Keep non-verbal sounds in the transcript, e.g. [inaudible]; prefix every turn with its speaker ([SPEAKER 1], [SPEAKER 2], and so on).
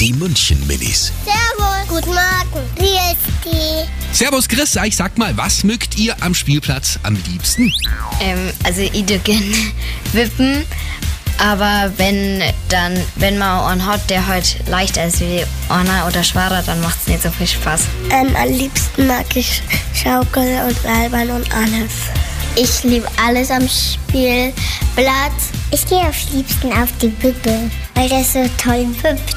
[SPEAKER 1] Die München Minis.
[SPEAKER 2] Servus. Guten Morgen. Wie ist die?
[SPEAKER 1] Servus Chris, sag ich sag mal, was mögt ihr am Spielplatz am liebsten?
[SPEAKER 3] Ähm, also ich gern [laughs] wippen, aber wenn dann, wenn man einen hat, der halt leichter ist wie einer oder schwerer, dann macht's nicht so viel Spaß.
[SPEAKER 2] Ähm, am liebsten mag ich Schaukel und Albern und alles. Ich liebe alles am Spielplatz. Ich gehe am liebsten auf die Wippe, weil das so toll wippt.